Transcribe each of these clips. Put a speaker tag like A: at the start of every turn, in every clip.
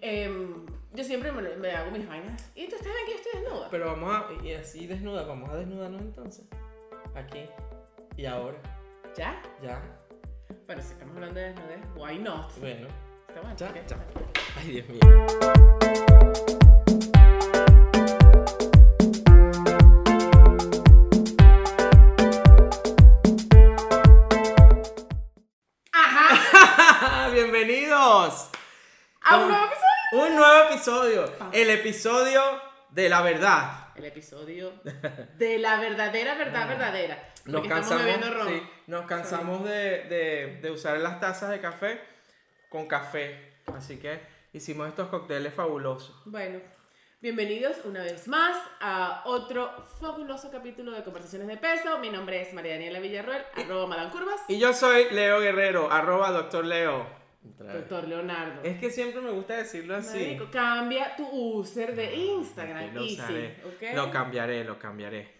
A: Em, yo siempre me, me hago mis vainas. Y entonces ustedes ven que yo estoy desnuda.
B: Pero vamos a. Y así desnuda, vamos a desnudarnos entonces. Aquí. Y ahora.
A: ¿Ya?
B: Ya.
A: Bueno, si estamos hablando de desnudez, why not?
B: Bueno.
A: Estamos
B: Ya,
A: aquí.
B: ya. Ay, Dios mío.
A: ¡Ajá!
B: ¡Bienvenidos!
A: ¡A un nuevo episodio!
B: Un nuevo episodio.
A: Ah.
B: El episodio de la verdad.
A: El episodio de la verdadera verdad verdadera.
B: Ah. Nos
A: Porque estamos
B: cansamos,
A: bebiendo ron.
B: sí, nos cansamos de, de- de usar las tazas de café con café. Así que hicimos estos cócteles fabulosos.
A: Bueno, bienvenidos una vez más a otro fabuloso capítulo de Conversaciones de Peso. Mi nombre es María Daniela Villarroel,
B: Eh.
A: arroba Madame Curvas.
B: Y yo soy Leo Guerrero, arroba doctor Leo.
A: Doctor Leonardo.
B: Eh. Es que siempre me gusta decirlo así.
A: Marico, cambia tu user de Instagram.
B: Ok, lo
A: Easy.
B: usaré.
A: ¿ok?
B: Lo cambiaré, lo cambiaré.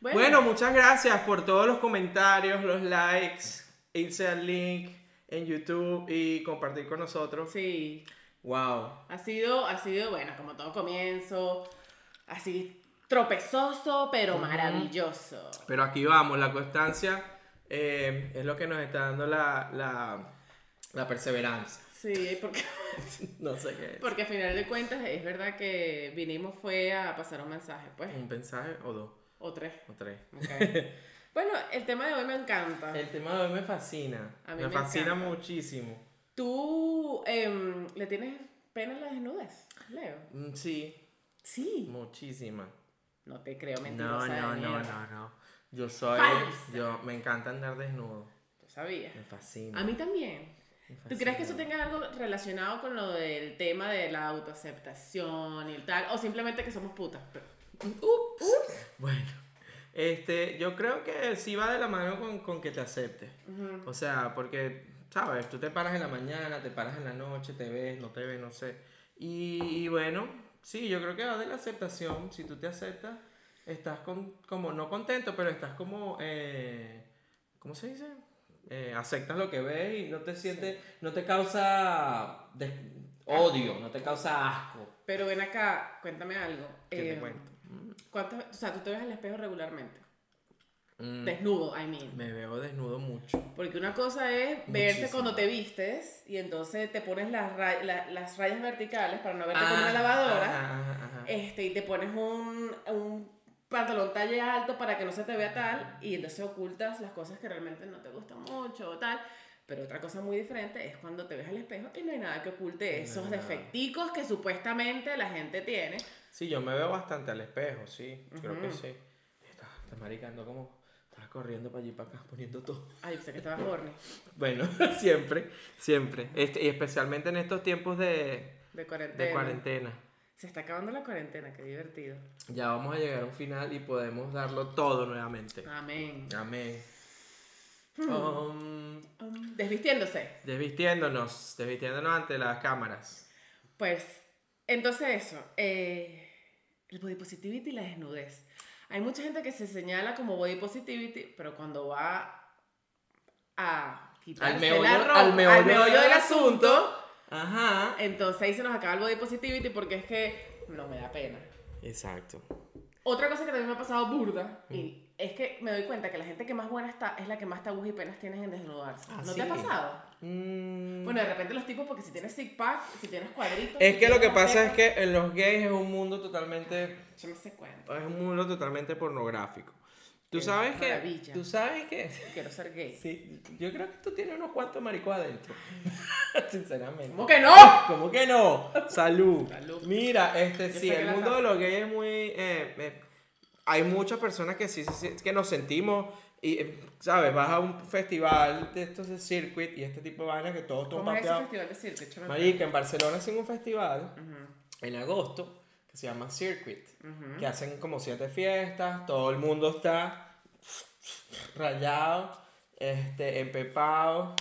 A: bueno,
B: Bueno. muchas gracias por todos los comentarios, los likes, irse al link en YouTube y compartir con nosotros.
A: sí.
B: Wow.
A: Ha sido, ha sido, bueno, como todo comienzo, así tropezoso, pero maravilloso.
B: Pero aquí vamos, la constancia eh, es lo que nos está dando la, la, la perseverancia.
A: Sí, porque,
B: No sé qué es.
A: porque al final de cuentas es verdad que vinimos fue a pasar un mensaje, pues,
B: Un mensaje o dos
A: o tres.
B: o tres.
A: ok. bueno, el tema de hoy me encanta.
B: El tema de hoy me fascina.
A: Ah. A mí
B: me,
A: me
B: fascina
A: encanta.
B: muchísimo.
A: ¿Tú em, le tienes pena a las desnudas, Leo?
B: Mm, Sí,
A: Sí.
B: muchísima.
A: No te creo,
B: No,
A: mentirosa de
B: no, no,
A: mierda.
B: no, no. Yo soy.
A: Falsa.
B: Yo me encanta andar desnudo.
A: Yo sabía.
B: Me fascina.
A: A mí también.
B: me
A: ¿Tú
B: fascina.
A: crees que eso tenga algo relacionado con lo del tema de la autoaceptación y tal? ¿O simplemente que somos putas? Pero-
B: Bueno, este, yo creo que sí va de la mano con, con que te aceptes.
A: Ujú.
B: O sea, porque, sabes, tú te paras en la mañana, te paras en la noche, te ves, no te ves, no sé. Y, y bueno, sí, yo creo que va de la aceptación. Si tú te aceptas, estás con- como, no contento, pero estás como, eh, ¿cómo se dice? Eh, aceptas lo que ves y no te sientes, no te causa des- odio, no te causa asco.
A: Pero ven acá, cuéntame algo.
B: ¿Qué te
A: Eh,
B: cuento? Mm.
A: ¿cuántas- o sea, tú te ves al espejo regularmente.
B: Mm,
A: Desnudo, I mean.
B: me veo desnudo mucho.
A: Porque una cosa es verse
B: Muchísimo.
A: cuando te vistes y entonces te pones las, ra- la- las rayas verticales para no verte
B: Ah,
A: con una lavadora.
B: ajá, ajá, ajá.
A: Este, y te pones un, un pantalón talle alto para que no se te vea tal, y entonces ocultas las cosas que realmente no te gustan mucho o tal. Pero otra cosa muy diferente es cuando te ves al espejo y no hay nada que oculte
B: No
A: esos
B: hay nada.
A: defecticos que supuestamente la gente tiene.
B: Sí, yo me veo bastante al espejo, sí. Creo que
A: Ujú.
B: sí. Estás está maricando como. Estás corriendo para allí para acá, poniendo todo.
A: Ay, pensé que estaba horny
B: Bueno, siempre, siempre. Este, y especialmente en estos tiempos de,
A: de
B: de
A: cuarentena.
B: cuarentena.
A: Se está acabando la cuarentena, qué divertido.
B: Ya vamos a llegar a un final y podemos darlo todo nuevamente.
A: Amén.
B: Amén. Hmm. Um,
A: Um, Desvistiéndose.
B: desvistiéndonos, desvistiéndonos ante las cámaras.
A: Pues, entonces eso, eh, el body positivity y la desnudez. Hay mucha gente que se señala como body positivity, pero cuando va a quitarse
B: Al meollo,
A: la ropa,
B: al meollo
A: al meollo
B: del
A: del asunto,
B: Ajá.
A: entonces ahí se nos acaba el body positivity porque es que no me da pena.
B: Exacto.
A: Otra cosa que también me ha pasado burda
B: Mm.
A: y es que me doy cuenta que la gente que más buena está es la que más tabús y penas tienen en desnudarse.
B: Ah,
A: ¿No te ha
B: sí.
A: pasado?
B: Mm.
A: Bueno, de repente los tipos, porque si tienes six pack, si tienes cuadritos.
B: Es
A: si
B: que
A: tienes
B: lo que
A: las
B: pasa es
A: tetas,
B: que en los gays es un mundo totalmente
A: Yo no sé cuánto.
B: es un mundo totalmente pornográfico. Tú
A: Qué
B: sabes que
A: maravilla.
B: tú sabes que
A: Quiero ser gay.
B: sí, yo creo que tú tienes unos cuantos maricos adentro. Sinceramente.
A: ¿Cómo que no?
B: ¿Cómo que no? Salud.
A: Salud.
B: Mira, este
A: Yo
B: sí,
A: saqué
B: el
A: la
B: mundo
A: tapa.
B: de los gays es muy. eh, eh, hay muchas personas que sí, se sien- que nos sentimos. Y, eh, ¿sabes? Vas a un festival de estos de circuit y este tipo de vainas que todos están
A: ¿Cómo es ese
B: papeados.
A: festival de circo? Échame
B: Marica, en Barcelona hacen un festival
A: Ujú,
B: en agosto que se llama Circuit
A: ujú.
B: que hacen como siete fiestas, todo el mundo está rayado, este, empepado,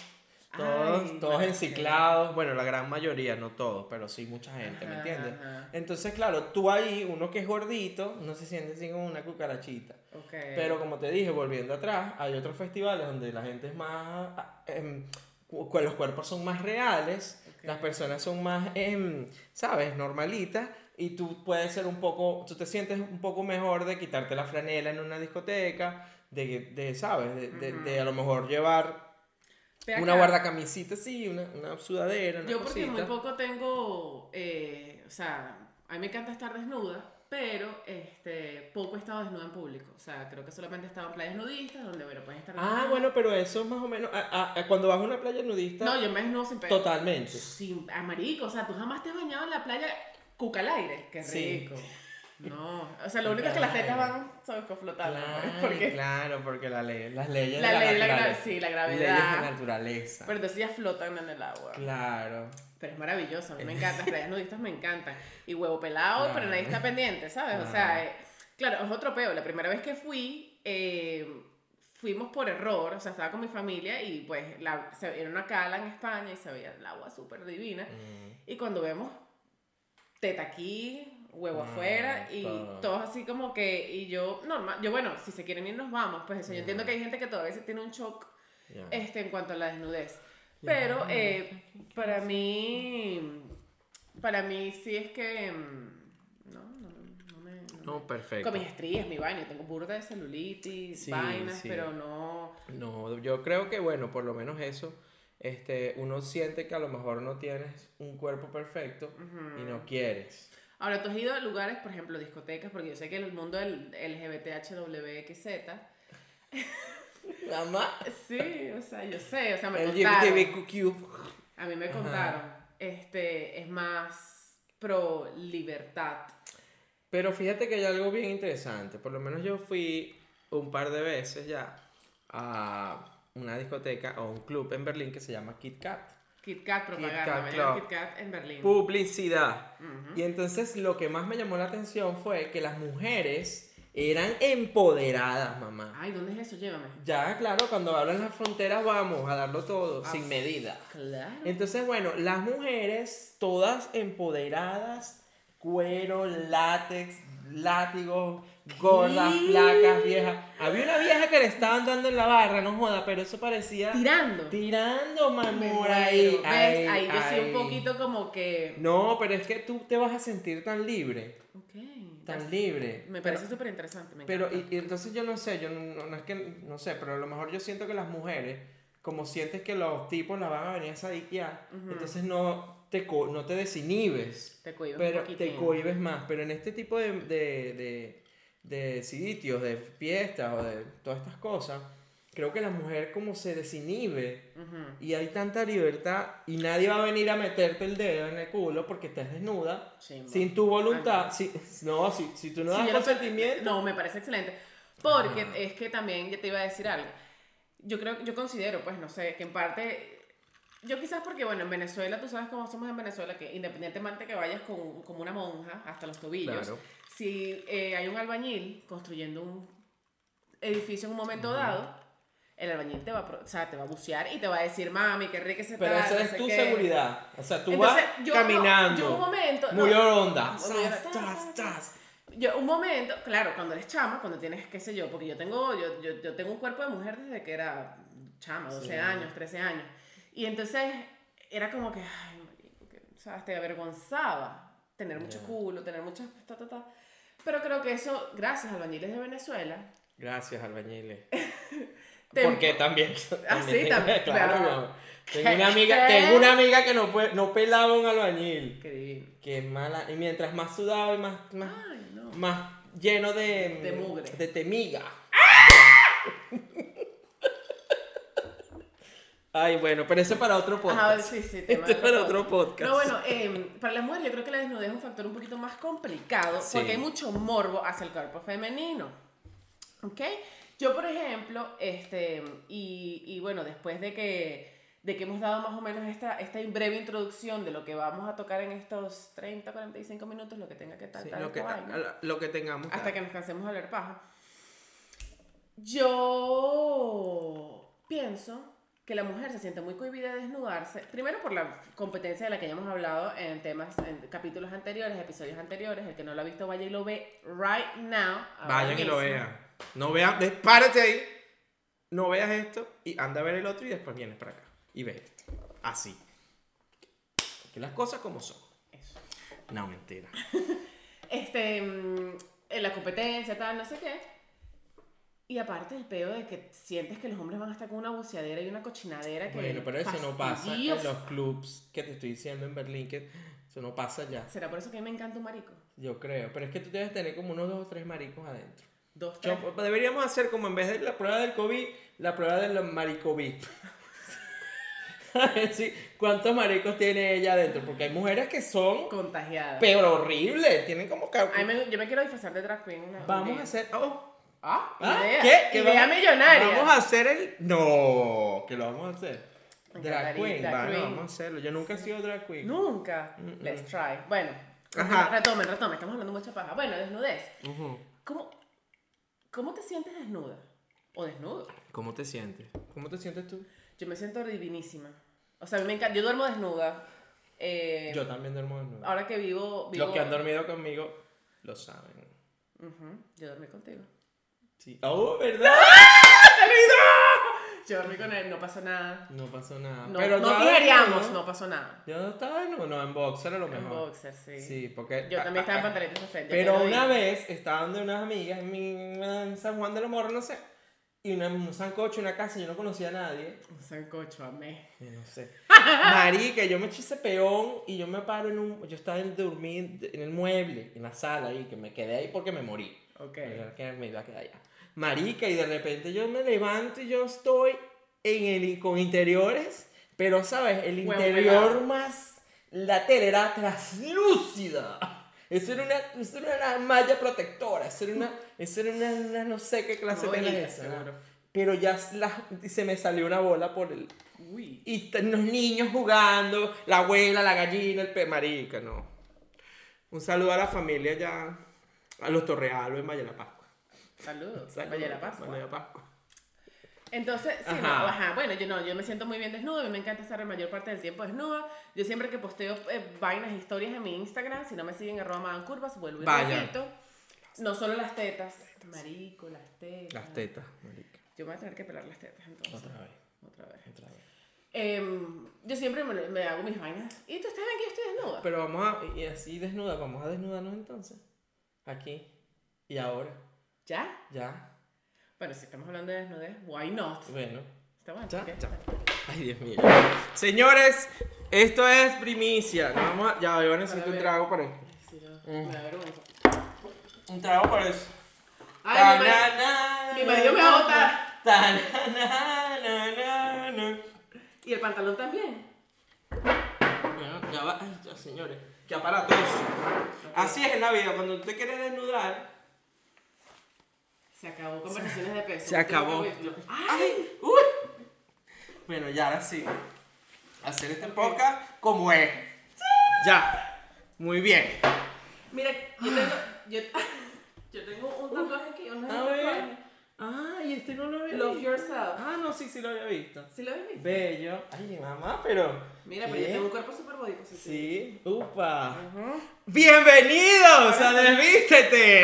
B: todos,
A: Ay,
B: todos
A: no,
B: enciclados, bueno, la gran mayoría, no todos, pero sí mucha gente, ¿me
A: Ajá,
B: entiendes?
A: ajá.
B: Entonces, claro, tú ahí, uno que es gordito, uno se siente así como una cucarachita.
A: Ok.
B: Pero como te dije, volviendo atrás, hay otros festivales donde la gente es más... ah, em, cu- los cuerpos son más reales Las personas son más, em, ¿sabes? Normalitas. Y tú puedes ser un poco, tú te sientes un poco mejor de quitarte la franela en una discoteca, de, de ¿sabes? De, de- de a lo mejor llevar
A: Ve acá,
B: una guardacamisita, sí, una, una sudadera, una
A: Yo porque muy
B: cosita.
A: poco tengo, eh, o sea, a mí me encanta estar desnuda, pero este, poco he estado desnuda en público. O sea, creo que solamente he estado en playas nudistas donde, bueno, puedes estar
B: Ah,
A: desnuda.
B: bueno, pero eso es más o menos, a- a- a cuando vas a una playa nudista,
A: No, yo me desnudo sin pelo.
B: totalmente.
A: Sin, ah, marico, o sea, tú jamás te has bañado en la playa cuca al aire. Qué
B: Sí.
A: rico. No, o sea, lo único es que las tetas van, sabes, con flotando.
B: Claro,
A: Porque
B: claro, porque la ley, las leyes
A: la
B: de la
A: ley, la, gra-
B: naturaleza.
A: sí, la
B: Leyes de la
A: gravedad.
B: naturaleza.
A: Pero entonces ya flotan en el agua.
B: Claro.
A: Pero es maravilloso, a
B: Eh.
A: mí me encantan, las playas nudistas me encantan. Y huevo pelado,
B: Claro.
A: pero nadie está pendiente, ¿sabes? O
B: Ah.
A: sea, eh, claro, es otro peo. La primera vez que fui, eh, fuimos por error, o sea, estaba con mi familia y pues la, se- era una cala en España y se veía el agua súper divina.
B: Mm,
A: Y cuando vemos teta aquí, huevo
B: Ah,
A: afuera y
B: todo.
A: todos así como que, y yo, normal, yo bueno, si se quieren ir nos vamos, pues eso, yo entiendo que hay gente que todavía se tiene un shock
B: Ya.
A: este, en cuanto a la desnudez.
B: Ya.
A: Pero eh, para mí, para mí sí es que, mm, no, no, no me... no me-
B: No, perfecto.
A: Con mis estrías, mi vaina, yo tengo burda de celulitis,
B: Sí,
A: vainas,
B: sí.
A: pero no...
B: No, yo creo que bueno, por lo menos eso, este, uno siente que a lo mejor no tienes un cuerpo perfecto y no quieres.
A: Ahora, tú has ido a lugares, por ejemplo, discotecas, porque yo sé que el mundo del LGBTHWXZ...
B: Mamá,
A: Sí, o sea, yo sé, o sea, me
B: el
A: contaron.
B: LGBTQ.
A: A mí me
B: Ajá.
A: contaron. Este es más pro libertad.
B: Pero fíjate que hay algo bien interesante. Por lo menos yo fui un par de veces ya a una discoteca o un club en Berlín que se llama Kit Kat.
A: Kit Kat propaganda,
B: Kat
A: me llaman
B: Club.
A: Kit Kat en Berlín.
B: Publicidad.
A: Ujú.
B: Y entonces lo que más me llamó la atención fue que las mujeres eran empoderadas, mamá.
A: Ay, ¿dónde es eso? Llévame.
B: Ya, claro, cuando abran las fronteras vamos a darlo todo,
A: Ah,
B: sin medida.
A: Claro.
B: Entonces, bueno, las mujeres, todas empoderadas, cuero, látex, látigos, gordas,
A: ¿Qué?
B: flacas, viejas. Había una vieja que le estaban dando en la barra, no joda, pero eso parecía
A: Tirando.
B: tirando,
A: Me
B: mamor,
A: muero.
B: ahí.
A: ¿Ves?
B: ahí,
A: Ahí, yo soy
B: ahí.
A: un poquito como que.
B: No, pero es que tú te vas a sentir tan libre,
A: Ok.
B: tan libre.
A: Me
B: Pero-
A: parece súper interesante. me
B: pero,
A: encanta.
B: y, y entonces yo no sé, yo no, no es que, no sé, pero a lo mejor yo siento que las mujeres, como sientes que los tipos la van a venir a sadiquear, entonces no te, co- no te desinhibes,
A: te cohibes
B: pero
A: un
B: te
A: poquitín.
B: cohibes más. Pero en este tipo de, de, de, de sitios, de fiestas o de todas estas cosas, creo que la mujer como se desinhibe
A: Ujú.
B: y hay tanta libertad y nadie va a venir a meterte el dedo en el culo porque estás desnuda.
A: Chimbo.
B: Sin tu voluntad, si, no, si, si tú no
A: Sí,
B: das
A: yo no-
B: consentimiento,
A: No, me parece excelente. Porque
B: Ajá.
A: es que también yo te iba a decir algo. Yo creo, yo considero, pues no sé, que en parte. Yo quizás porque, bueno, en Venezuela, tú sabes cómo somos en Venezuela, que independientemente que vayas con, como una monja hasta los tobillos,
B: Claro.
A: si eh, hay un albañil construyendo un edificio en un momento dado, el albañil te va, a, pro- o sea, te va a bucear y te va a decir, mami, qué rica se
B: Pero
A: tal,
B: esa
A: no
B: es
A: sé
B: tu
A: qué".
B: seguridad. O sea, tú
A: Entonces,
B: vas
A: yo no-
B: caminando.
A: yo un momento-
B: Muy
A: no.
B: onda.
A: Muy oronda.
B: Zas, zas, zas.
A: Yo, un momento, claro, cuando eres chama, cuando tienes, qué sé yo, porque yo tengo, yo, yo, yo tengo un cuerpo de mujer desde que era chama, 12
B: Sí.
A: años, 13 años. Y entonces era como que, ay, marico, que, ¿sabes? Te avergonzaba tener mucho
B: Ya.
A: culo, tener muchas. Ta, ta, ta. Pero creo que eso, gracias a albañiles de Venezuela.
B: Gracias, albañiles.
A: Te-
B: Porque también.
A: Este, Ah, sí, también,
B: claro.
A: claro.
B: no. Tengo una,
A: ¿Qué?
B: amiga, tengo una amiga que no, puede- no pelaba un albañil.
A: Qué divino.
B: Que es mala. Y mientras más sudado y más, más,
A: Ay, no.
B: más lleno de.
A: De mugre.
B: De temiga. Ay, bueno, pero eso es para otro podcast.
A: Ajá, sí, sí, tema
B: Esto es para otro podcast.
A: No, bueno, eh, para las mujeres yo creo que la desnudez es un factor un poquito más complicado
B: Sí.
A: porque hay mucho morbo hacia el cuerpo femenino. ¿Ok? Yo, por ejemplo, este, y, y bueno, después de que, de que hemos dado más o menos esta, esta breve introducción de lo que vamos a tocar en estos 30, 45 minutos, lo que tenga que
B: Sí,
A: tratar
B: lo, que, lo que tengamos.
A: hasta que nos cansemos de hablar paja. Yo pienso que la mujer se siente muy cohibida de desnudarse, primero por la competencia de la que ya hemos hablado en temas, en capítulos anteriores, episodios anteriores, el que no lo ha visto vaya y lo ve right now. ahora
B: Vayan y lo
A: mismo.
B: vean. No vean, des- párate ahí. No veas esto y anda a ver el otro y después vienes para acá y ve esto. Así. que las cosas como son.
A: Eso.
B: No, mentira.
A: Este, mm, en la competencia, tal, no sé qué. Y aparte el peo de que sientes que los hombres van a estar con una buceadera y una cochinadera que
B: Bueno, pero eso no pasa en
A: fastidiosa.
B: los clubs que te estoy diciendo en Berlín, que eso no pasa ya,
A: ¿Será por eso que a mí me encanta un marico?
B: yo creo. Pero es que tú debes tener como unos dos o tres maricos adentro.
A: Dos, tres.
B: Yo- pues, deberíamos hacer como en vez de la prueba del COVID, la prueba del maricovid. sí, ¿Cuántos maricos tiene ella adentro? Porque hay mujeres que son,
A: Contagiada.
B: pero horrible, tienen como... ca-
A: A mí me- yo me quiero disfrazar de drag queen. una-
B: Vamos
A: un
B: a
A: día.
B: hacer... oh,
A: Ah,
B: Ah,
A: idea.
B: ¿Qué? ¿Que
A: idea
B: vamos-
A: millonaria.
B: Vamos a hacer el. No, que lo vamos a hacer.
A: Me
B: Drag
A: encantaría,
B: queen,
A: drag
B: va, no,
A: queen.
B: vamos a hacerlo. Yo nunca he sido drag queen.
A: Nunca.
B: Mm-mm.
A: Let's try. Bueno,
B: Ajá.
A: retomen, retomen. Estamos hablando mucha paja. Bueno, desnudez.
B: Ujú.
A: ¿Cómo, ¿Cómo te sientes desnuda? ¿O desnudo?
B: ¿Cómo te sientes? ¿Cómo te sientes tú?
A: Yo me siento divinísima. O sea, a mí me encanta. Yo duermo desnuda. Eh,
B: Yo también duermo desnudo.
A: Ahora que vivo. vivo
B: Los que han dormido conmigo lo saben.
A: Ujú, Yo dormí contigo.
B: Sí. Oh, ¿verdad?
A: Yo dormí con él, no pasó nada.
B: No pasó nada.
A: No,
B: Pero
A: no
B: yo-
A: tijereamos, no pasó nada.
B: Yo no estaba en no, en boxer a lo
A: En
B: mejor.
A: boxer, sí.
B: Sí, porque.
A: Yo también
B: ah,
A: estaba en
B: ah,
A: pantaletas de frente. ya te
B: Pero
A: lo
B: una
A: dije.
B: vez estaban de unas amigas en, mi- en San Juan de los Morros, no sé. Y una, un sancocho, una casa, yo no conocía a nadie.
A: Un sancocho, amé.
B: Yo No sé. Marica, yo me chise peón y yo me paro en un. Yo estaba en, dormí en el mueble, en la sala ahí, que me quedé ahí porque me morí.
A: Ok.
B: Yo que me iba a quedar allá. Marica, y de repente yo me levanto y yo estoy en el, con interiores, pero sabes, el
A: Huevo
B: interior
A: pelado.
B: más. La tela era translúcida. Eso era, una, eso era una malla protectora, eso era una, eso era una, una no sé qué clase
A: Una
B: de tela
A: bollita,
B: esa.
A: seguro.
B: Pero ya la- se me salió una bola por el,
A: Uy.
B: y t- los niños jugando, la abuela, la gallina, el pe marica, no. Un saludo a la familia ya, a los Torrealba en Valle de la Pascua.
A: Saludos.
B: Saludos,
A: Vaya la Pascua.
B: Valle de la Pascua.
A: Entonces, sí,
B: Ajá.
A: no, ajá, bueno, yo no, yo me siento muy bien desnuda, a mí me encanta estar la mayor parte del tiempo desnuda. Yo siempre que posteo eh, vainas, historias en mi Instagram, si no me siguen arroba Magan curvas, vuelvo y
B: Vaya.
A: repito. No solo las tetas, marico, las tetas.
B: Las tetas, marica.
A: Yo me voy a tener que pelar las tetas entonces.
B: Otra vez,
A: Otra vez.
B: otra vez.
A: Em, yo siempre me, me hago mis vainas. Y tú ustedes ven que yo estoy desnuda.
B: Pero vamos a, y así desnuda, vamos a desnudarnos entonces. Aquí y ahora,
A: ¿Ya?
B: ya,
A: Bueno, si estamos hablando de desnudez, why not?
B: bueno.
A: Está bueno.
B: Ya,
A: ¿ok?
B: ya. Ay, Dios mío. Señores, esto es primicia. Nos vamos a- ya, yo necesito un
A: ver.
B: trago para esto.
A: Sí, no, me da vergüenza.
B: Un trago para eso.
A: Ay, mi marido-
B: Tanana,
A: mi marido me va a botar.
B: tanana, na, na, na.
A: y el pantalón también.
B: Ya, Ya va, ay, ya, señores. Qué aparatoso. Así es en la vida, cuando usted quiere desnudar.
A: Se acabó conversaciones de peso.
B: Se acabó.
A: Último capítulo.
B: ¡Ay! ¡Uy! Bueno, ya ahora sí. Hacer esta poca como es. Ya. Muy bien.
A: Mira, yo tengo, yo, yo tengo un tatuaje aquí, un
B: A ver.
A: tatuaje.
B: Ay, este no lo había
A: Love
B: visto.
A: yourself.
B: Ah, no, sí, sí lo había visto.
A: ¿Sí lo ves?
B: Bello. Ay, mamá, pero.
A: Mira,
B: ¿qué?
A: pero yo tengo un cuerpo súper bodico. Sí. sí.
B: Sí, upa.
A: Ujú.
B: Bienvenidos a Desvístete.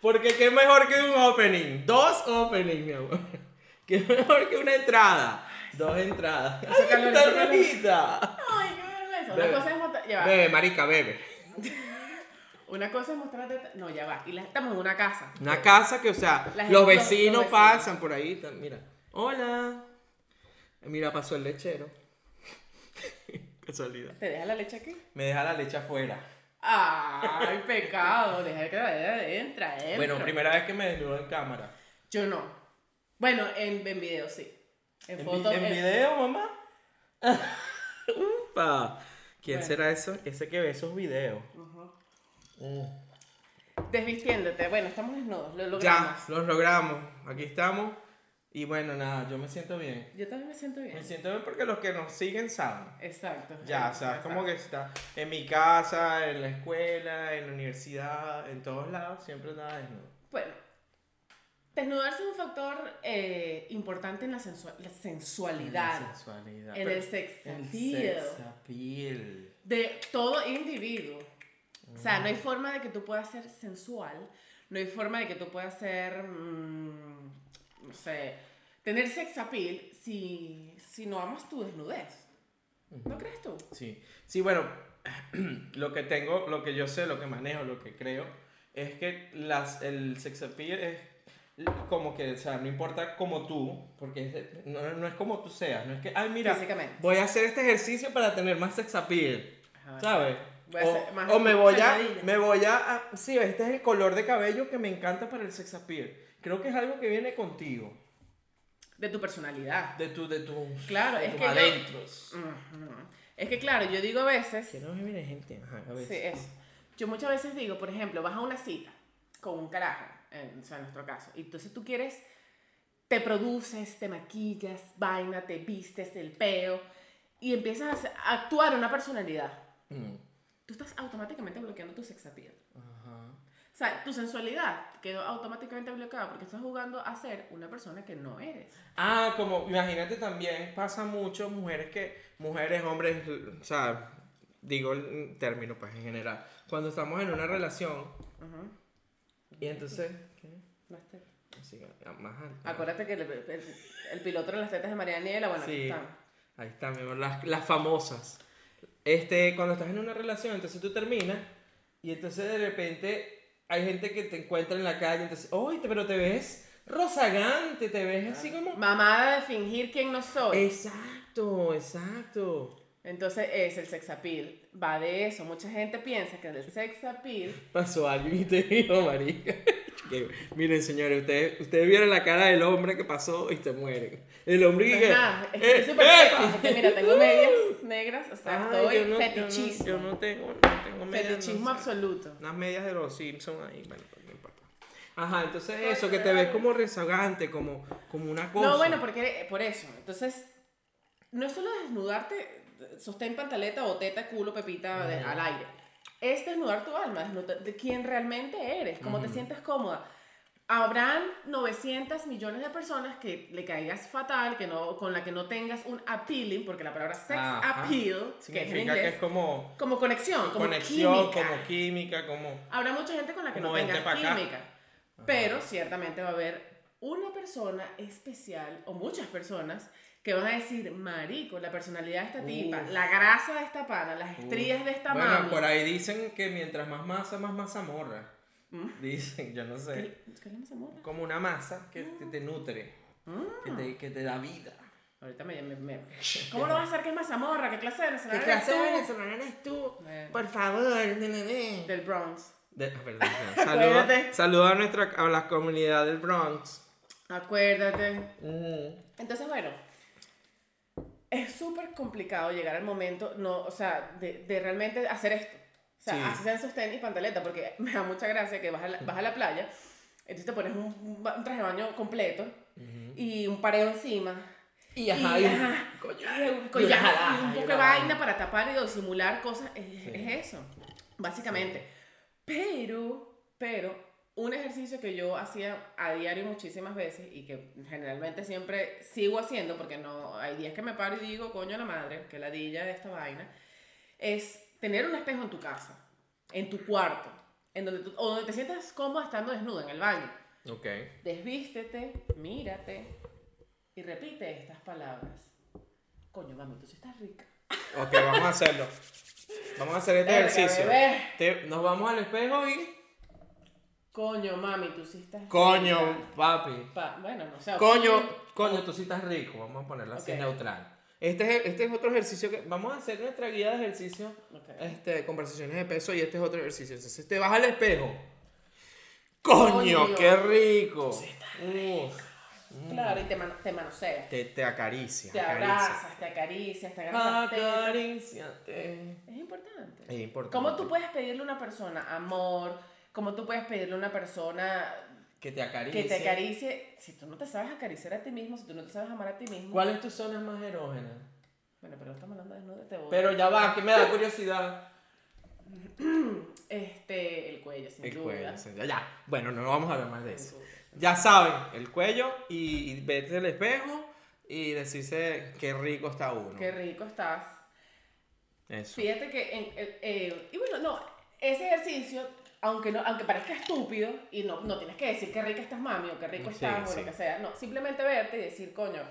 B: Porque qué mejor que un opening. Dos openings, mi amor. Qué mejor que una entrada. Dos entradas.
A: Hace
B: Ay,
A: calor,
B: está
A: hace calor.
B: rojita.
A: Ay, qué vergüenza. Una
B: Bebe.
A: cosa es mostrar. Ya va.
B: Bebe, marica, bebe.
A: Una cosa es mostrar la teta- No, ya va. Y la, estamos en una casa.
B: Una casa que, o sea,
A: La gente-
B: los
A: los- los
B: vecinos
A: vecinos.
B: pasan por ahí. tan- Mira, hola. Mira, pasó el lechero. Casualidad.
A: ¿Te deja la leche aquí?
B: Me deja la leche afuera.
A: Ay, pecado. Deja que la de entra, entra.
B: Bueno, primera vez que me desnudo en cámara.
A: Yo no. Bueno, en, en video sí. En,
B: ¿En, eh. vi-
A: fotos.
B: en
A: en-
B: video, mamá? Upa. ¿Quién
A: Bueno.
B: será eso? Ese que ve esos videos.
A: Ujú.
B: Mm.
A: Desvistiéndote. Bueno, estamos desnudos. Lo logramos.
B: Ya, los logramos. Aquí estamos. Y bueno, nada, yo me siento bien.
A: Yo también me siento bien.
B: Me siento bien porque los que nos siguen saben.
A: Exacto.
B: Ya, o sea, es como que está en mi casa, en la escuela, en la universidad, en todos lados, siempre andaba desnudo.
A: Bueno, desnudarse es un factor eh, importante en la, sensua- la sensualidad,
B: En la sensualidad.
A: en
B: Pero-
A: el sex
B: el
A: appeal
B: sex appeal.
A: de todo individuo. O sea,
B: Mm.
A: no hay forma de que tú puedas ser sensual, no hay forma de que tú puedas ser, mm, no sé, tener sex appeal si, si no amas tu desnudez. ¿No crees tú?
B: Sí, sí, bueno, lo que tengo, lo que yo sé, lo que manejo, lo que creo, es que las, el sex appeal es como que, o sea, no importa como tú, porque es de- no, no es como tú seas, no es que, ay, mira,
A: Físicamente.
B: voy a hacer este ejercicio para tener más sex appeal,
A: Ajá.
B: ¿sabes?
A: Voy a
B: o,
A: hacer más
B: o me voy a,
A: sentadilla.
B: me voy a, ah, sí, este es el color de cabello que me encanta para el sex appeal. Creo que es algo que viene contigo,
A: De tu personalidad.
B: de tu, de tu,
A: Claro,
B: de
A: es
B: tus
A: que yo- Mm.
B: adentros.
A: Ujú. Es que claro, yo digo a veces.
B: Que no me viene gente, ajá, a veces.
A: Sí, eso. Yo muchas veces digo, por ejemplo, vas a una cita con un carajo, en, o sea, en nuestro caso, y entonces tú quieres, te produces, te maquillas, vaina, te vistes, el peo, y empiezas a hacer- a actuar una personalidad.
B: Mm.
A: Tú estás automáticamente bloqueando tu sex appeal.
B: Ajá.
A: O sea, tu sensualidad quedó automáticamente bloqueada porque estás jugando a ser una persona que no eres.
B: Ah, como imagínate también pasa mucho mujeres que mujeres, hombres, l- o sea, digo el término pues en general. Cuando estamos en una relación
A: Ujú.
B: y entonces
A: No estés-
B: así, más alto.
A: Acuérdate que el, el- el piloto de las tetas de María Daniela, bueno, aquí
B: Sí.
A: está.
B: Ahí está, mi amor, las, las famosas. Este, cuando estás en una relación, entonces tú terminas y entonces de repente hay gente que te encuentra en la calle, entonces, "Oye, te- pero te ves rozagante, te ves así como
A: Mamada de fingir quién no soy.
B: Exacto, exacto.
A: Entonces es el sex appeal. Va de eso. Mucha gente piensa que del sex appeal.
B: Pasó alguien y te dijo, marica. que, Miren, señores, ustedes, ustedes vieron la cara del hombre que pasó y se mueren. El hombre
A: No
B: que.
A: es nada. Es que
B: ¡Eh,
A: estoy súper
B: epa!
A: sexy, porque mira, tengo medias negras. O sea,
B: Ay,
A: estoy
B: yo no- yo no-
A: fetichismo.
B: Yo no, tengo, no tengo medias, no
A: fetichismo
B: sé.
A: absoluto.
B: Unas medias de los Simpsons ahí, bueno, pues, no importa. Ajá, entonces eso, que te ves como rezagante, como, como una cosa.
A: No, bueno, porque por eso. Entonces, no es solo desnudarte, sostén pantaleta o teta, culo, pepita de- al aire. Es desnudar tu alma, desnudar de quién realmente eres, cómo te sientes cómoda. Habrán 900 millones de personas que le caigas fatal, que no, con la que no tengas un appealing, porque la palabra sex
B: Ajá.
A: appeal, que es en
B: Significa que
A: inglés,
B: es como
A: como conexión, como
B: conexión,
A: química.
B: como química, como.
A: Habrá mucha gente con la que no
B: Como vente
A: tengas
B: pa' acá.
A: química, pero ciertamente va a haber una persona especial o muchas personas que van a decir, marico, la personalidad de esta tipa,
B: Uf.
A: la grasa de esta pana, las estrías de esta
B: Bueno,
A: mami.
B: por ahí dicen que mientras más masa, más mazamorra. Dicen, yo no sé.
A: Mm. ¿Qué, qué le llama morra?
B: como una masa que, que te nutre, que, te, que te da vida.
A: Ahorita me, me, me- ¿Cómo no vas a hacer que es mazamorra? ¿Qué clase de venezolana eres tú?
B: venezolana eres tú?
A: Bueno.
B: Por favor, de,
A: Del Bronx.
B: ah, perdón, saludo,
A: Acuérdate.
B: saludo a, nuestra, a la comunidad del Bronx.
A: Acuérdate.
B: Mm.
A: Entonces, bueno, es súper complicado llegar al momento, no, o sea, de, de realmente hacer esto. O sea,
B: Sí.
A: así sean sostén y pantaleta, porque me da mucha gracia que vas a la, vas a la playa, entonces te pones un, un ba- un traje de baño completo y un pareo encima.
B: Y ajá, y,
A: ajá,
B: un collar,
A: y un
B: y una
A: collar, y
B: jalada,
A: un
B: y
A: poco
B: una
A: de vaina
B: vaina.
A: para tapar y disimular cosas. Es,
B: Sí.
A: es eso, básicamente. Pero, pero, un ejercicio que yo hacía a diario muchísimas veces y que generalmente siempre sigo haciendo, porque no hay días que me paro y digo, coño la madre, que ladilla de esta vaina, es tener un espejo en tu casa, en tu cuarto, en donde tú- o donde te sientas cómoda estando desnuda en el baño.
B: Ok.
A: Desvístete, mírate y repite estas palabras. Coño, mami, tú sí estás rica.
B: Ok, vamos a hacerlo. Vamos a hacer este
A: Verga,
B: ejercicio.
A: bebé.
B: Te- nos vamos al espejo y.
A: Coño, mami, tú sí estás rica.
B: Coño, papi.
A: Pa- bueno, no sé.
B: Coño, coño, tú sí estás rico. Vamos a ponerlo así
A: Ok.
B: neutral. Este es, este es otro ejercicio que. Vamos a hacer nuestra guía de ejercicio.
A: Ok.
B: Este, conversaciones de peso y este es otro ejercicio. Entonces te vas al espejo. Coño,
A: Coño.
B: qué rico. Uf, Mm.
A: Claro, y te, man- te manoseas.
B: te, te acaricia. Ah,
A: Te abrazas, te acaricias, te agarras las tetas.
B: Acaricia. Acaríciate.
A: Es importante.
B: Es importante.
A: ¿Cómo tú puedes pedirle a una persona amor? ¿Cómo tú puedes pedirle a una persona
B: Que te acaricie.
A: que te acaricie? Si tú no te sabes acariciar a ti mismo, si tú no te sabes amar a ti mismo.
B: ¿Cuáles tus zonas más erógenas?
A: Bueno, pero estamos hablando de desnudo, te voy.
B: Pero ya va, que me da curiosidad.
A: Este, el cuello, sin
B: El
A: duda.
B: cuello. sí, Ya, ya. Bueno, no vamos a hablar más de
A: Sin
B: eso.
A: duda.
B: Ya saben, el cuello y, y verse el espejo y decirse qué rico está uno.
A: Qué rico estás.
B: Eso.
A: Fíjate que, en, el- eh, y bueno, no, ese ejercicio, aunque, no, aunque parezca estúpido, y no, no tienes que decir qué rica estás mami o qué rico
B: Sí,
A: estás o
B: sí.
A: lo que sea, no, simplemente verte y decir, coño,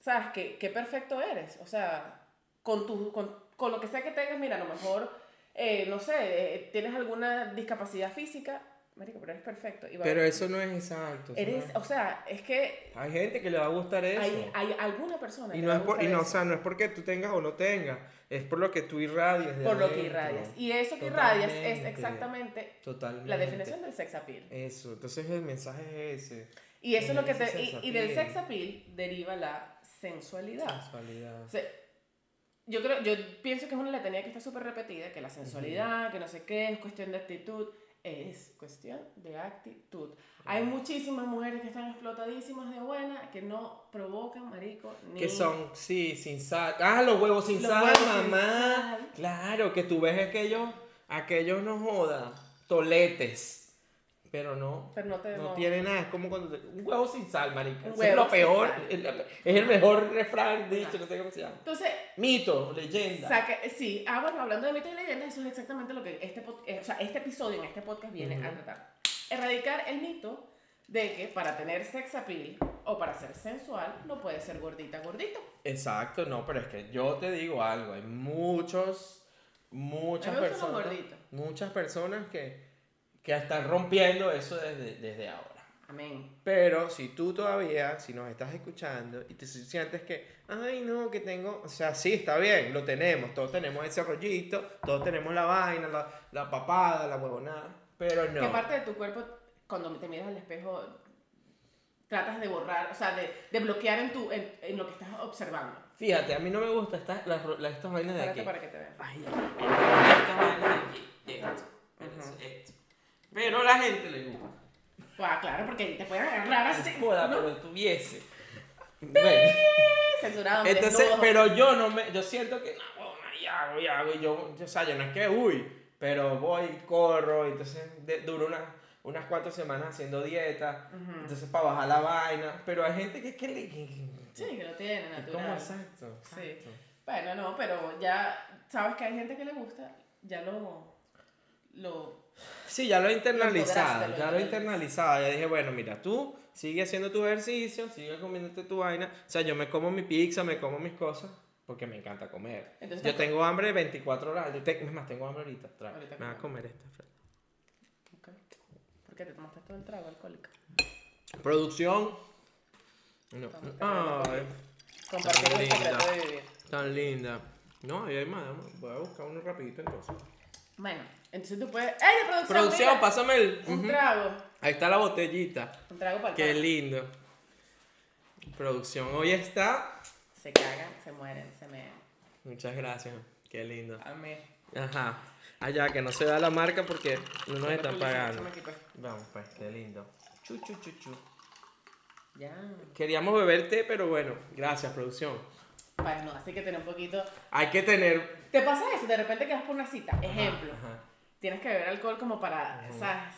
A: ¿sabes qué, qué perfecto eres? O sea, con, tu, con, con lo que sea que tengas, mira, a lo mejor, eh, no sé, eh, tienes alguna discapacidad física, marico, pero eres perfecto. Y va-
B: Pero eso no es exacto. eso
A: eres,
B: no
A: o sea, es que
B: es- Hay gente que le va a gustar eso.
A: hay, hay alguna persona
B: y
A: que
B: no
A: le
B: es por,
A: gusta
B: y no, o
A: eso,
B: sea, no es porque tú tengas o no tengas, es por lo que tú irradias. de
A: por lo que
B: adentro.
A: irradias. Y eso que irradias es
B: Totalmente.
A: exactamente
B: Totalmente.
A: la definición del sex appeal.
B: Eso, entonces el mensaje es ese.
A: Y eso es lo que
B: Ese
A: te, y,
B: sex
A: y del
B: appeal.
A: sex appeal deriva la sensualidad.
B: Sensualidad.
A: O sea, yo creo, yo pienso que es una letanía que está súper repetida, que la sensualidad, que no sé qué, es cuestión de actitud, es cuestión de actitud. Hay muchísimas mujeres que están explotadísimas de buena, que no provocan marico ni
B: Que son, sí, sin sal. Ah, los huevos sin
A: Los
B: sal,
A: huevos sin
B: mamá.
A: sal.
B: Claro, que tú ves aquellos, aquellos no joda, toletes. Pero no,
A: pero no te
B: no
A: no.
B: tiene nada. Es como cuando te- un huevo sin sal, marica.
A: Un
B: Eso es
A: huevo
B: lo
A: sin
B: peor.
A: sal.
B: Es, la- es el mejor refrán dicho, no sé cómo se llama.
A: Entonces,
B: Mito, leyenda.
A: saque- sí, ah, bueno, hablando de mitos y leyendas, eso es exactamente lo que este, pod- eh, o sea, este episodio en este podcast viene a tratar. Erradicar el mito de que para tener sex appeal o para ser sensual no puedes ser gordita, gordito.
B: Exacto, no, pero es que yo te digo algo, hay muchos,
A: A
B: muchas
A: mí me gustan los
B: personas,
A: gorditos.
B: muchas personas que, que están rompiendo eso desde, desde ahora.
A: Amén.
B: Pero si tú todavía, si nos estás escuchando y te si- sientes que, ay no, que tengo, o sea, sí, está bien, lo tenemos, todos tenemos ese rollito, todos tenemos la vaina, la, la papada, la huevonada, pero
A: ¿Qué
B: no.
A: parte de tu cuerpo, cuando te miras al espejo, tratas de borrar, o sea, de, de bloquear en, tu, en, en lo que estás observando?
B: Fíjate, a mí no me gustan estas, las ro- las- estas vainas Ah,
A: Espérate
B: de aquí.
A: para que te vean.
B: Ay, estas vainas de aquí, de esto,
A: Ajá.
B: esto. Pero a la gente le gusta.
A: Ah, claro, porque te pueden agarrar así.
B: Joda,
A: Ah, ¿no?
B: pero tuviese. Bueno,
A: Censurado,
B: entonces,
A: desnudo.
B: Este pero yo no me, yo siento que no, bueno, y hago, y hago, y yo, yo, o sea, yo no es que, uy, pero voy, corro, y entonces de- duro unas, unas cuatro semanas haciendo dieta,
A: Ujú.
B: entonces para bajar la vaina, pero hay gente que es que le... que- que-
A: Sí, que lo tienen,
B: que
A: natural.
B: ¿Cómo exacto?
A: Sí.
B: exacto.
A: Bueno, no, pero ya sabes que hay gente que le gusta, ya lo... lo
B: Sí, ya lo he
A: Lo
B: internalizado,
A: lograste, lo
B: ya lo he
A: lograste.
B: internalizado, ya dije, bueno, mira, tú sigue haciendo tu ejercicio, sigue comiéndote tu vaina, o sea, yo me como mi pizza, me como mis cosas, porque me encanta comer.
A: entonces,
B: Yo tengo hambre 24 horas. Yo te- es más, tengo hambre ahorita. Tra-
A: Ahorita
B: me va a
A: comemos.
B: comer esta. Fran.
A: Ok. ¿Por qué te tomaste todo el trago alcohólico?
B: Producción. No.
A: Estamos
B: Ay,
A: Compartir el
B: Linda.
A: secreto de vivir.
B: tan linda. No, ahí hay más. vamos, Voy a buscar uno rapidito entonces.
A: Bueno, entonces tú puedes... ¡Ay, la producción!
B: Producción,
A: mira!
B: pásame el.
A: Un
B: Ujú.
A: trago.
B: Ahí está la botellita.
A: Un trago para el
B: Qué
A: pan.
B: lindo. Producción, hoy está.
A: Se cagan, se mueren, se me...
B: Muchas gracias. Qué lindo.
A: Amén.
B: Ajá. Allá, que no se da la marca porque no nos
A: Ya
B: están
A: me
B: pagando.
A: aquí, pues.
B: Vamos, pues, qué lindo. Chu, chu, chu, chu.
A: Ya.
B: Queríamos beber té, pero bueno, gracias, producción.
A: Bueno, así que tener un poquito.
B: Hay que tener.
A: ¿Te pasa eso? De repente que vas por una cita. Ejemplo.
B: Ajá.
A: Tienes que beber alcohol como para, ¿sabes?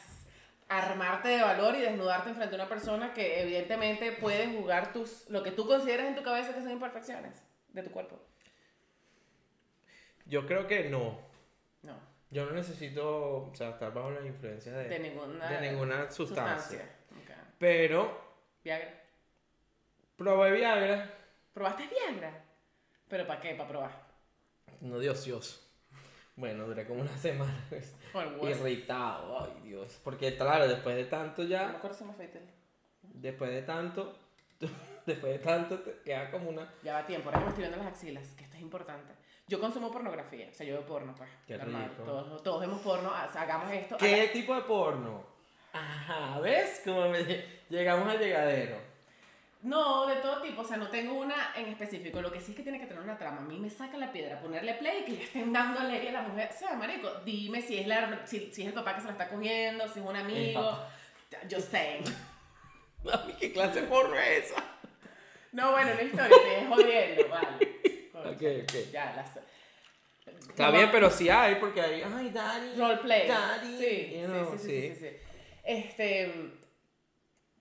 A: Armarte de valor y desnudarte enfrente de una persona que evidentemente puede jugar tus. lo que tú consideras en tu cabeza que son imperfecciones de tu cuerpo.
B: Yo creo que no.
A: No.
B: Yo no necesito o sea, estar bajo las influencias de,
A: De ninguna.
B: de ninguna sustancia.
A: Ok.
B: Pero
A: Viagra.
B: probé Viagra.
A: ¿Probaste Viagra? ¿Pero para qué? ¿Para probar?
B: No, Dios, Dios. Bueno, duré como una semana.
A: Por el hueso.
B: Irritado, ay Dios. Porque claro, después de tanto
A: No me
B: ya,
A: acuerdo si me afeité el-
B: después de tanto, después de tanto te queda como una...
A: Ya va tiempo, ahora que me estoy viendo las axilas, que esto es importante. Yo consumo pornografía, o sea, yo veo porno, pues.
B: Qué
A: normal.
B: rico.
A: Todos, todos vemos porno, ha- hagamos esto.
B: ¿Qué
A: haga-
B: tipo de porno? Ajá, ¿ves? Como me lle- llegamos al llegadero.
A: No, de todo tipo, o sea, no tengo una en específico. Lo que sí es que tiene que tener una trama. A mí me saca la piedra, ponerle play y que ya estén dando alegría a la mujer. O sea, marico, dime si es, la, si, si es el papá que se la está cogiendo, si es un amigo.
B: papá.
A: Yo sé.
B: Mami, ¿Qué clase de porno es esa?
A: No, bueno, no historia, te estoy jodiendo, vale. Coño,
B: Ok, ok.
A: Ya, las.
B: Está bien, pero sí hay, porque hay. Ay, Daddy.
A: roleplay.
B: Daddy.
A: Sí,
B: you know,
A: sí, sí, sí, sí, sí, sí. Este,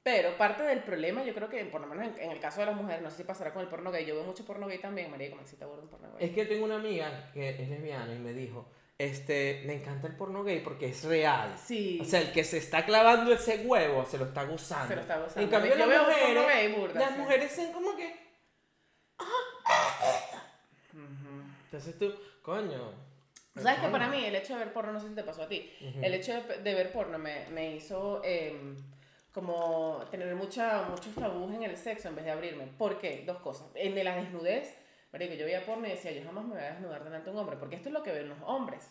A: pero parte del problema, yo creo que, por lo menos en, en el caso de las mujeres, no sé si pasará con el porno gay. Yo veo mucho porno gay también, María, que me excita burda un porno gay.
B: Es que tengo una amiga que es lesbiana y me dijo: Este, me encanta el porno gay porque es real.
A: Sí.
B: O sea, el que se está clavando ese huevo se lo está gozando.
A: Se lo está gozando.
B: En cambio,
A: Yo
B: las
A: veo porno
B: mujeres.
A: gay burda,
B: las
A: sí.
B: mujeres son como que.
A: Ujú.
B: Entonces tú, coño.
A: ¿Sabes que
B: coño.
A: para mí el hecho de ver porno, no sé si te pasó a ti,
B: Mm.
A: el hecho de, de ver porno me, me hizo eh, como tener mucha, muchos tabús en el sexo en vez de abrirme. ¿Por qué? Dos cosas. En de la desnudez, marico, yo veía porno y decía, yo jamás me voy a desnudar delante de un hombre, porque esto es lo que ven los hombres,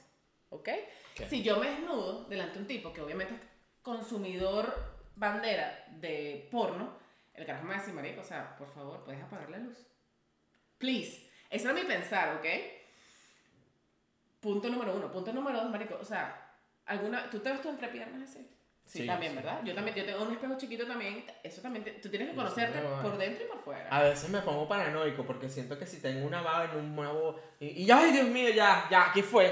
A: ¿ok?
B: ¿Qué?
A: Si yo me desnudo delante de un tipo que obviamente es consumidor bandera de porno, el carajo me va a decir, marico, o sea, por favor, ¿puedes apagar la luz? Please. Ese era mi pensar, ¿ok? Punto número uno. Punto número dos, marico. O sea, alguna, ¿tú te ves tú entre piernas así? Sí,
B: Sí,
A: también,
B: sí.
A: ¿verdad? Yo también, yo tengo un espejo chiquito también. Eso también, te- tú tienes que
B: Eso
A: conocerte
B: me va.
A: por dentro y por fuera.
B: A veces me pongo paranoico porque siento que si tengo una baba en un nuevo. Y, y ay, Dios mío, ya, ya, aquí fue.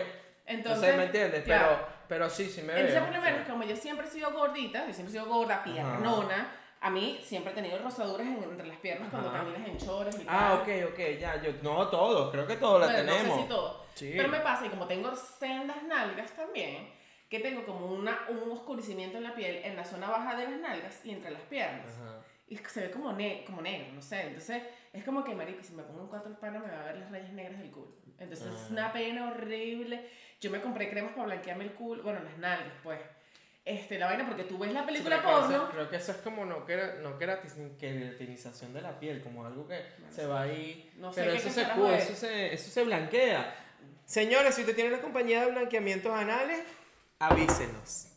B: Entonces,
A: Entonces,
B: ¿me entiendes?
A: claro.
B: Pero, pero sí, sí me
A: Entonces,
B: veo.
A: por lo menos, como yo siempre he sido gordita, yo siempre he sido gorda, piernona, a mí siempre he tenido rosaduras en- entre las piernas cuando
B: Ajá.
A: caminas en chores y
B: Ah,
A: tal.
B: ok, ok, ya, yo, no todos, creo que todos la
A: Bueno,
B: tenemos.
A: No sé si todo.
B: Sí.
A: Pero me pasa, y como tengo sendas nalgas también, que tengo como una, un oscurecimiento en la piel, en la zona baja de las nalgas y entre las piernas.
B: Ajá.
A: Y se ve como, ne- como negro, no sé. Entonces, es como que, marico, si me pongo en cuatro el pana me va a ver las rayas negras del culo. Entonces, es
B: Ah.
A: una pena horrible. Yo me compré cremas para blanquearme el culo, bueno, las nalgas, pues. Este, la vaina, porque tú ves la película
B: Sí, pero creo que
A: porno.
B: eso- Creo que eso es como no, quera- no queratis- queratinización de la piel, como algo que
A: Bueno,
B: se va ahí.
A: no sé
B: pero
A: qué
B: eso se,
A: carajo
B: cu-
A: es.
B: eso, se, eso se blanquea. Señores, si usted tiene una compañía de blanqueamientos anales, avísenos.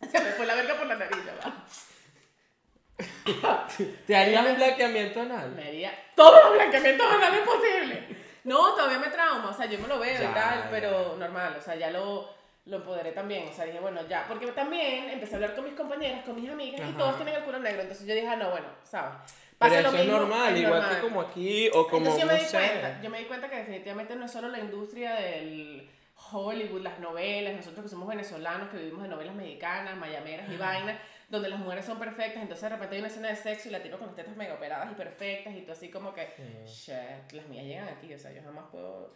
A: Se me fue la verga por la nariz, ya va.
B: ¿Te harías un blanqueamiento anal?
A: Me haría todos los blanqueamientos anales posibles. No, todavía me trauma, o sea, yo me lo veo
B: Ya,
A: y tal,
B: ya.
A: pero normal, o sea, ya lo, lo empoderé también, o sea, dije, bueno, ya, porque también empecé a hablar con mis compañeras, con mis amigas, y
B: Ajá.
A: todos tienen el culo negro, entonces yo dije, ah, no, bueno, ¿sabes?
B: Pero
A: Pasa
B: eso
A: lo
B: es
A: mismo,
B: normal,
A: es
B: igual
A: normal.
B: que como aquí o como
A: Entonces yo me
B: no
A: di
B: sé.
A: cuenta, yo me di cuenta que definitivamente no es solo la industria del Hollywood, las novelas, nosotros que somos venezolanos, que vivimos de novelas mexicanas, mayameras y vainas, donde las mujeres son perfectas, entonces de repente hay una escena de sexo y la tipa con las tetas mega operadas y perfectas y tú así como que,
B: Eh,
A: shit, las mías llegan aquí, o sea, yo jamás puedo...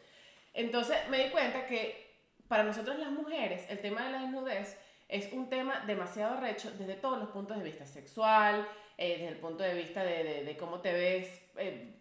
A: Entonces me di cuenta que para nosotros las mujeres el tema de la desnudez es un tema demasiado recho desde todos los puntos de vista sexual, eh, desde el punto de vista de, de- de cómo te ves eh,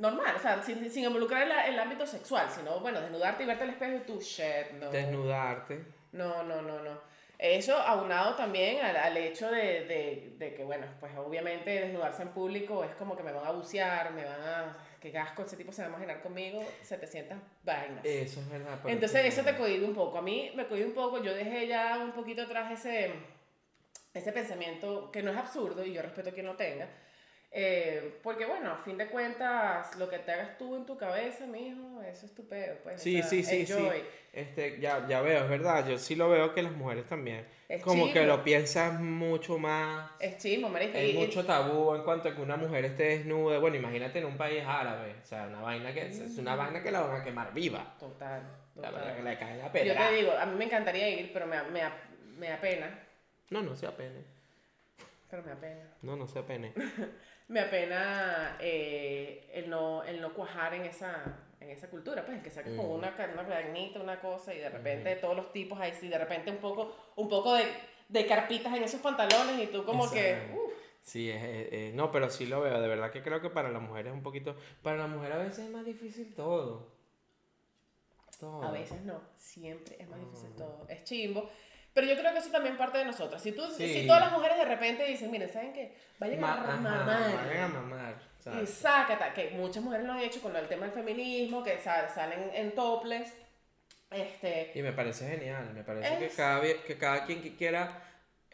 A: normal, o sea, sin, sin involucrar el, el ámbito sexual, sino, bueno, desnudarte y verte al espejo y tú, shit, no.
B: Desnudarte.
A: No, no, no, no. Eso aunado también al, al hecho de, de- de que, bueno, pues obviamente desnudarse en público es como que me van a bucear, me van a... Qué gasco, ese tipo se va a imaginar conmigo 700 vainas.
B: Eso es verdad. pero-
A: Entonces eso te cohibe un poco. A mí me cohibe un poco. Yo dejé ya un poquito atrás ese, ese pensamiento que no es absurdo y yo respeto a quien lo tenga. Eh, porque bueno, a fin de cuentas, lo que te hagas tú en tu cabeza, mijo, eso es tu pedo. Pues, o
B: Sí,
A: sea,
B: sí, sí,
A: enjoy.
B: sí. Este, ya, ya veo, es verdad. Yo sí lo veo que las mujeres también.
A: Es
B: como que
A: chimbo.
B: lo piensas mucho más.
A: Es chismo, marica.
B: Hay
A: y- y-
B: mucho tabú en cuanto a que una mujer esté desnuda. Bueno, imagínate en un país árabe. O sea, una vaina que es una vaina que la van a quemar viva.
A: Total,
B: La vaina que
A: Mm. total.
B: le cae la
A: Yo
B: pena.
A: te digo, a mí me encantaría ir, pero me, da- me, da- me da pena.
B: No, no sea pene.
A: Pero me da pena.
B: No, no sea pene.
A: Me apena eh, el, no, el no cuajar en esa, en esa cultura, pues, que saques con
B: Ujú.
A: una, ca- una carnita, una cosa, y de repente todos los tipos ahí, sí, de repente un poco, un poco de, de carpitas en esos pantalones, y tú como que,
B: Exacto. Sí, es, es- es- no, pero sí lo veo. De verdad que creo que para la mujer es un poquito. Para la mujer a veces es más difícil todo. Todo.
A: "Uf, a veces no, siempre es más difícil
B: Ujú.
A: todo, es chimbo. Pero yo creo que eso también parte de nosotras. Si, tú,
B: Sí.
A: si todas las mujeres de repente dicen, miren, ¿saben qué? Vayan a
B: Ma- ajá,
A: mamar.
B: vayan a mamar. ¿sabes?
A: Y sácata, que muchas mujeres lo han hecho con el tema del feminismo, que sa- salen en toples. Este,
B: Y me parece genial, me parece
A: Es-
B: que, cada, vie- que cada quien que quiera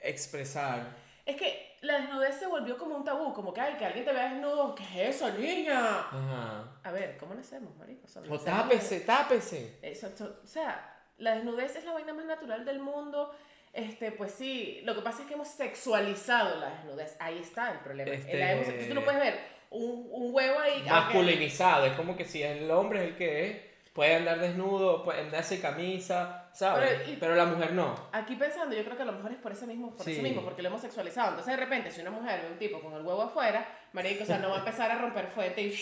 B: expresar.
A: es que la desnudez se volvió como un tabú, como que, ay, que alguien te vea desnudo, ¿qué es eso, niña?
B: Ajá.
A: A ver, ¿cómo lo hacemos, marico? O sea,
B: O pues,
A: nacemos-
B: tápese, tápese.
A: Eso, eso- o sea, la desnudez es la vaina más natural del mundo. Este, pues sí, lo que pasa es que hemos sexualizado la desnudez. Ahí está el problema.
B: Este-
A: La hemos- entonces tú no puedes ver un, un huevo ahí. aunque-
B: Masculinizado, es como que si el hombre es el que es, puede andar desnudo, puede andar sin camisa, ¿sabes?
A: Pero-
B: Pero,
A: y-
B: la mujer no.
A: Aquí pensando, yo creo que a lo mejor es por eso mismo, por
B: Sí.
A: eso mismo, porque lo hemos sexualizado. Entonces, de repente, si una mujer ve un tipo con el huevo afuera, marico, o sea, no va a empezar a romper fuerte y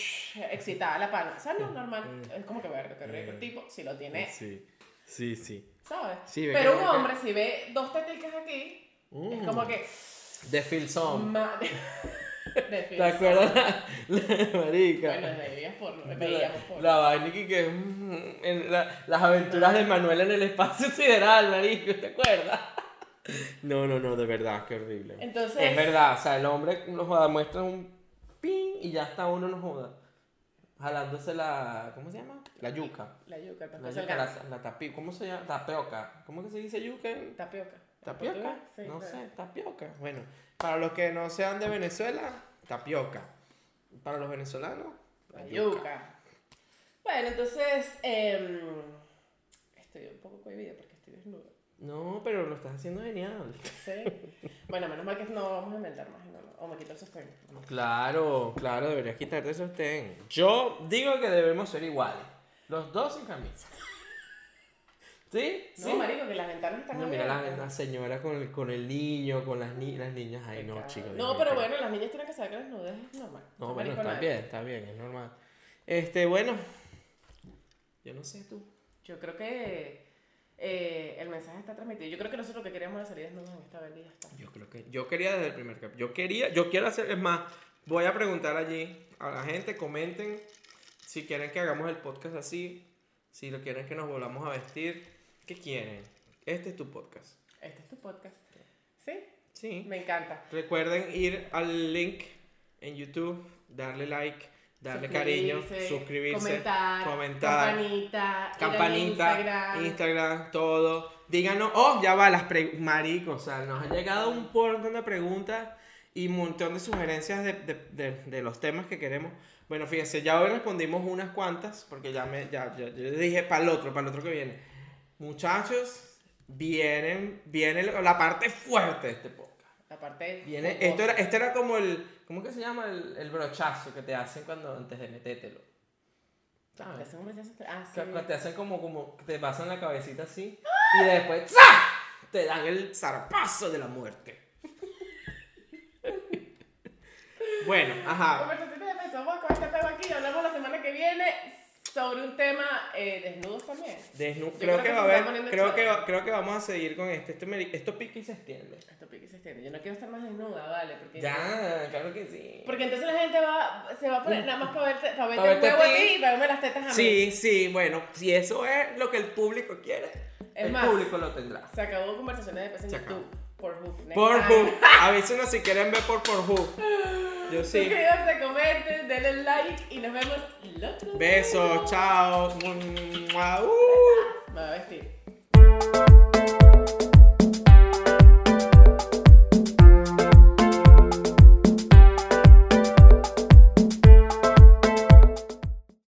A: excitada la pana. O sea, no, normal. Es como que verga, qué rico el tipo, si lo tiene,
B: Sí, sí, sí.
A: ¿sabes?
B: Sí, ve
A: Pero
B: que- Mm.
A: un hombre, si ve dos teticas aquí, es como que,
B: The Phil Song.
A: madre,
B: Oh. ¿Te acuerdas? La, la- marica.
A: Bueno, veías porno,
B: la,
A: veíamos porno.
B: la vaina que, que, mm, en la- las aventuras de Manuel en el espacio sideral, marico, ¿te acuerdas? No, no, no, de verdad, qué horrible.
A: Entonces-
B: Es verdad, o sea, el hombre nos joda, muestra un pin y ya está uno nos joda. Jalándose la. ¿Cómo se llama? La yuca.
A: La yuca, Pues el
B: La
A: pescado
B: yuca,
A: salgado.
B: la, la tapi- ¿Cómo se llama? Tapioca. ¿Cómo que se dice yuca? en-
A: Tapioca. ¿En
B: ¿Tapioca?
A: portugués? Sí,
B: no
A: claro.
B: sé, tapioca. Bueno, para los que no sean de Venezuela, tapioca. Para los venezolanos,
A: La yuca. Bueno, entonces. em, estoy un poco cohibida porque estoy desnuda.
B: No, pero lo estás haciendo genial.
A: Sí. bueno, menos mal que no vamos a inventar más. no, no, o me quito el sostén.
B: Claro, claro, deberías quitarte el sostén. Yo digo que debemos ser iguales. Los dos sin camisa. ¿Sí?
A: No,
B: sí.
A: marico, que las ventanas están
B: No, mira la,
A: abiertas.
B: la señora con el, con el niño, con las, ni- las niñas. Ay, no,
A: Pecado.
B: chicos.
A: No,
B: Dios mío,
A: pero
B: qué-
A: bueno, las niñas tienen que saber que la desnudez es normal.
B: No, bueno,
A: Marico,
B: está
A: no.
B: bien, está bien, es normal. Este, bueno. Yo no sé tú.
A: Yo creo que eh, el mensaje está transmitido. Yo creo que nosotros lo que queremos es salir desnudos en esta vez y ya está.
B: Yo creo que. Yo quería desde el primer capítulo. Yo quería, yo quiero hacer. Es más, voy a preguntar allí a la gente, comenten si quieren que hagamos el podcast así. Si lo quieren que nos volvamos a vestir. ¿Qué quieren? Este es tu podcast.
A: Este es tu podcast. Sí,
B: Sí.
A: me encanta.
B: Recuerden ir al link en YouTube, darle like, darle cariño, suscribirse,
A: comentar,
B: comentar.
A: campanita, ir al
B: campanita, Instagram.
A: Instagram.
B: todo. Díganos, oh, ya va, las pre- marico, o sea, nos ha llegado un montón de preguntas y un montón de sugerencias de, de- de- de los temas que queremos. Bueno, fíjense, ya hoy respondimos unas cuantas, porque ya me, ya, ya- yo les dije para el otro, para el otro que viene. Muchachos, vienen, viene la parte fuerte de este podcast.
A: La parte
B: Viene,
A: jugosa.
B: esto era, esto era como el, ¿cómo que se llama? El, el brochazo que te hacen cuando, antes de metértelo. ¿Sabes?
A: Te hacen un besazo- Ah, sí.
B: Que- que Te hacen como, como, que te pasan la cabecita así y después ¡za! te dan el zarpazo de la muerte. bueno, ajá.
A: Conversaciones de Pensamos con este tema aquí. Hablamos la semana que viene sobre un tema eh, desnudos también. Yo
B: Desnu-
A: creo
B: creo
A: que
B: que
A: se
B: va
A: está
B: a haber,
A: poniendo
B: creo que,
A: chévere.
B: va- creo que vamos a seguir con esto. Esto, me- esto pica y se extiende.
A: Esto pique y se extiende. Yo no quiero estar más desnuda, ¿vale? Porque
B: Ya, claro que sí.
A: Porque entonces la gente va, se va a poner nada más para verte, para verte,
B: verte
A: el
B: a
A: huevo a
B: ti.
A: ti y para verme las tetas a mí.
B: Sí, sí, bueno, si eso es lo que el público quiere,
A: Es
B: el
A: más,
B: público lo tendrá.
A: Se acabó conversaciones de pez en
B: Se
A: YouTube. Por Hoop.
B: Por Who, avísenos si quieren ver por Por Who. Yo sí.
A: Suscríbanse, comenten, denle like y nos vemos el otro.
B: Besos,
A: día.
B: chao. Mua, uh.
A: Me voy a vestir.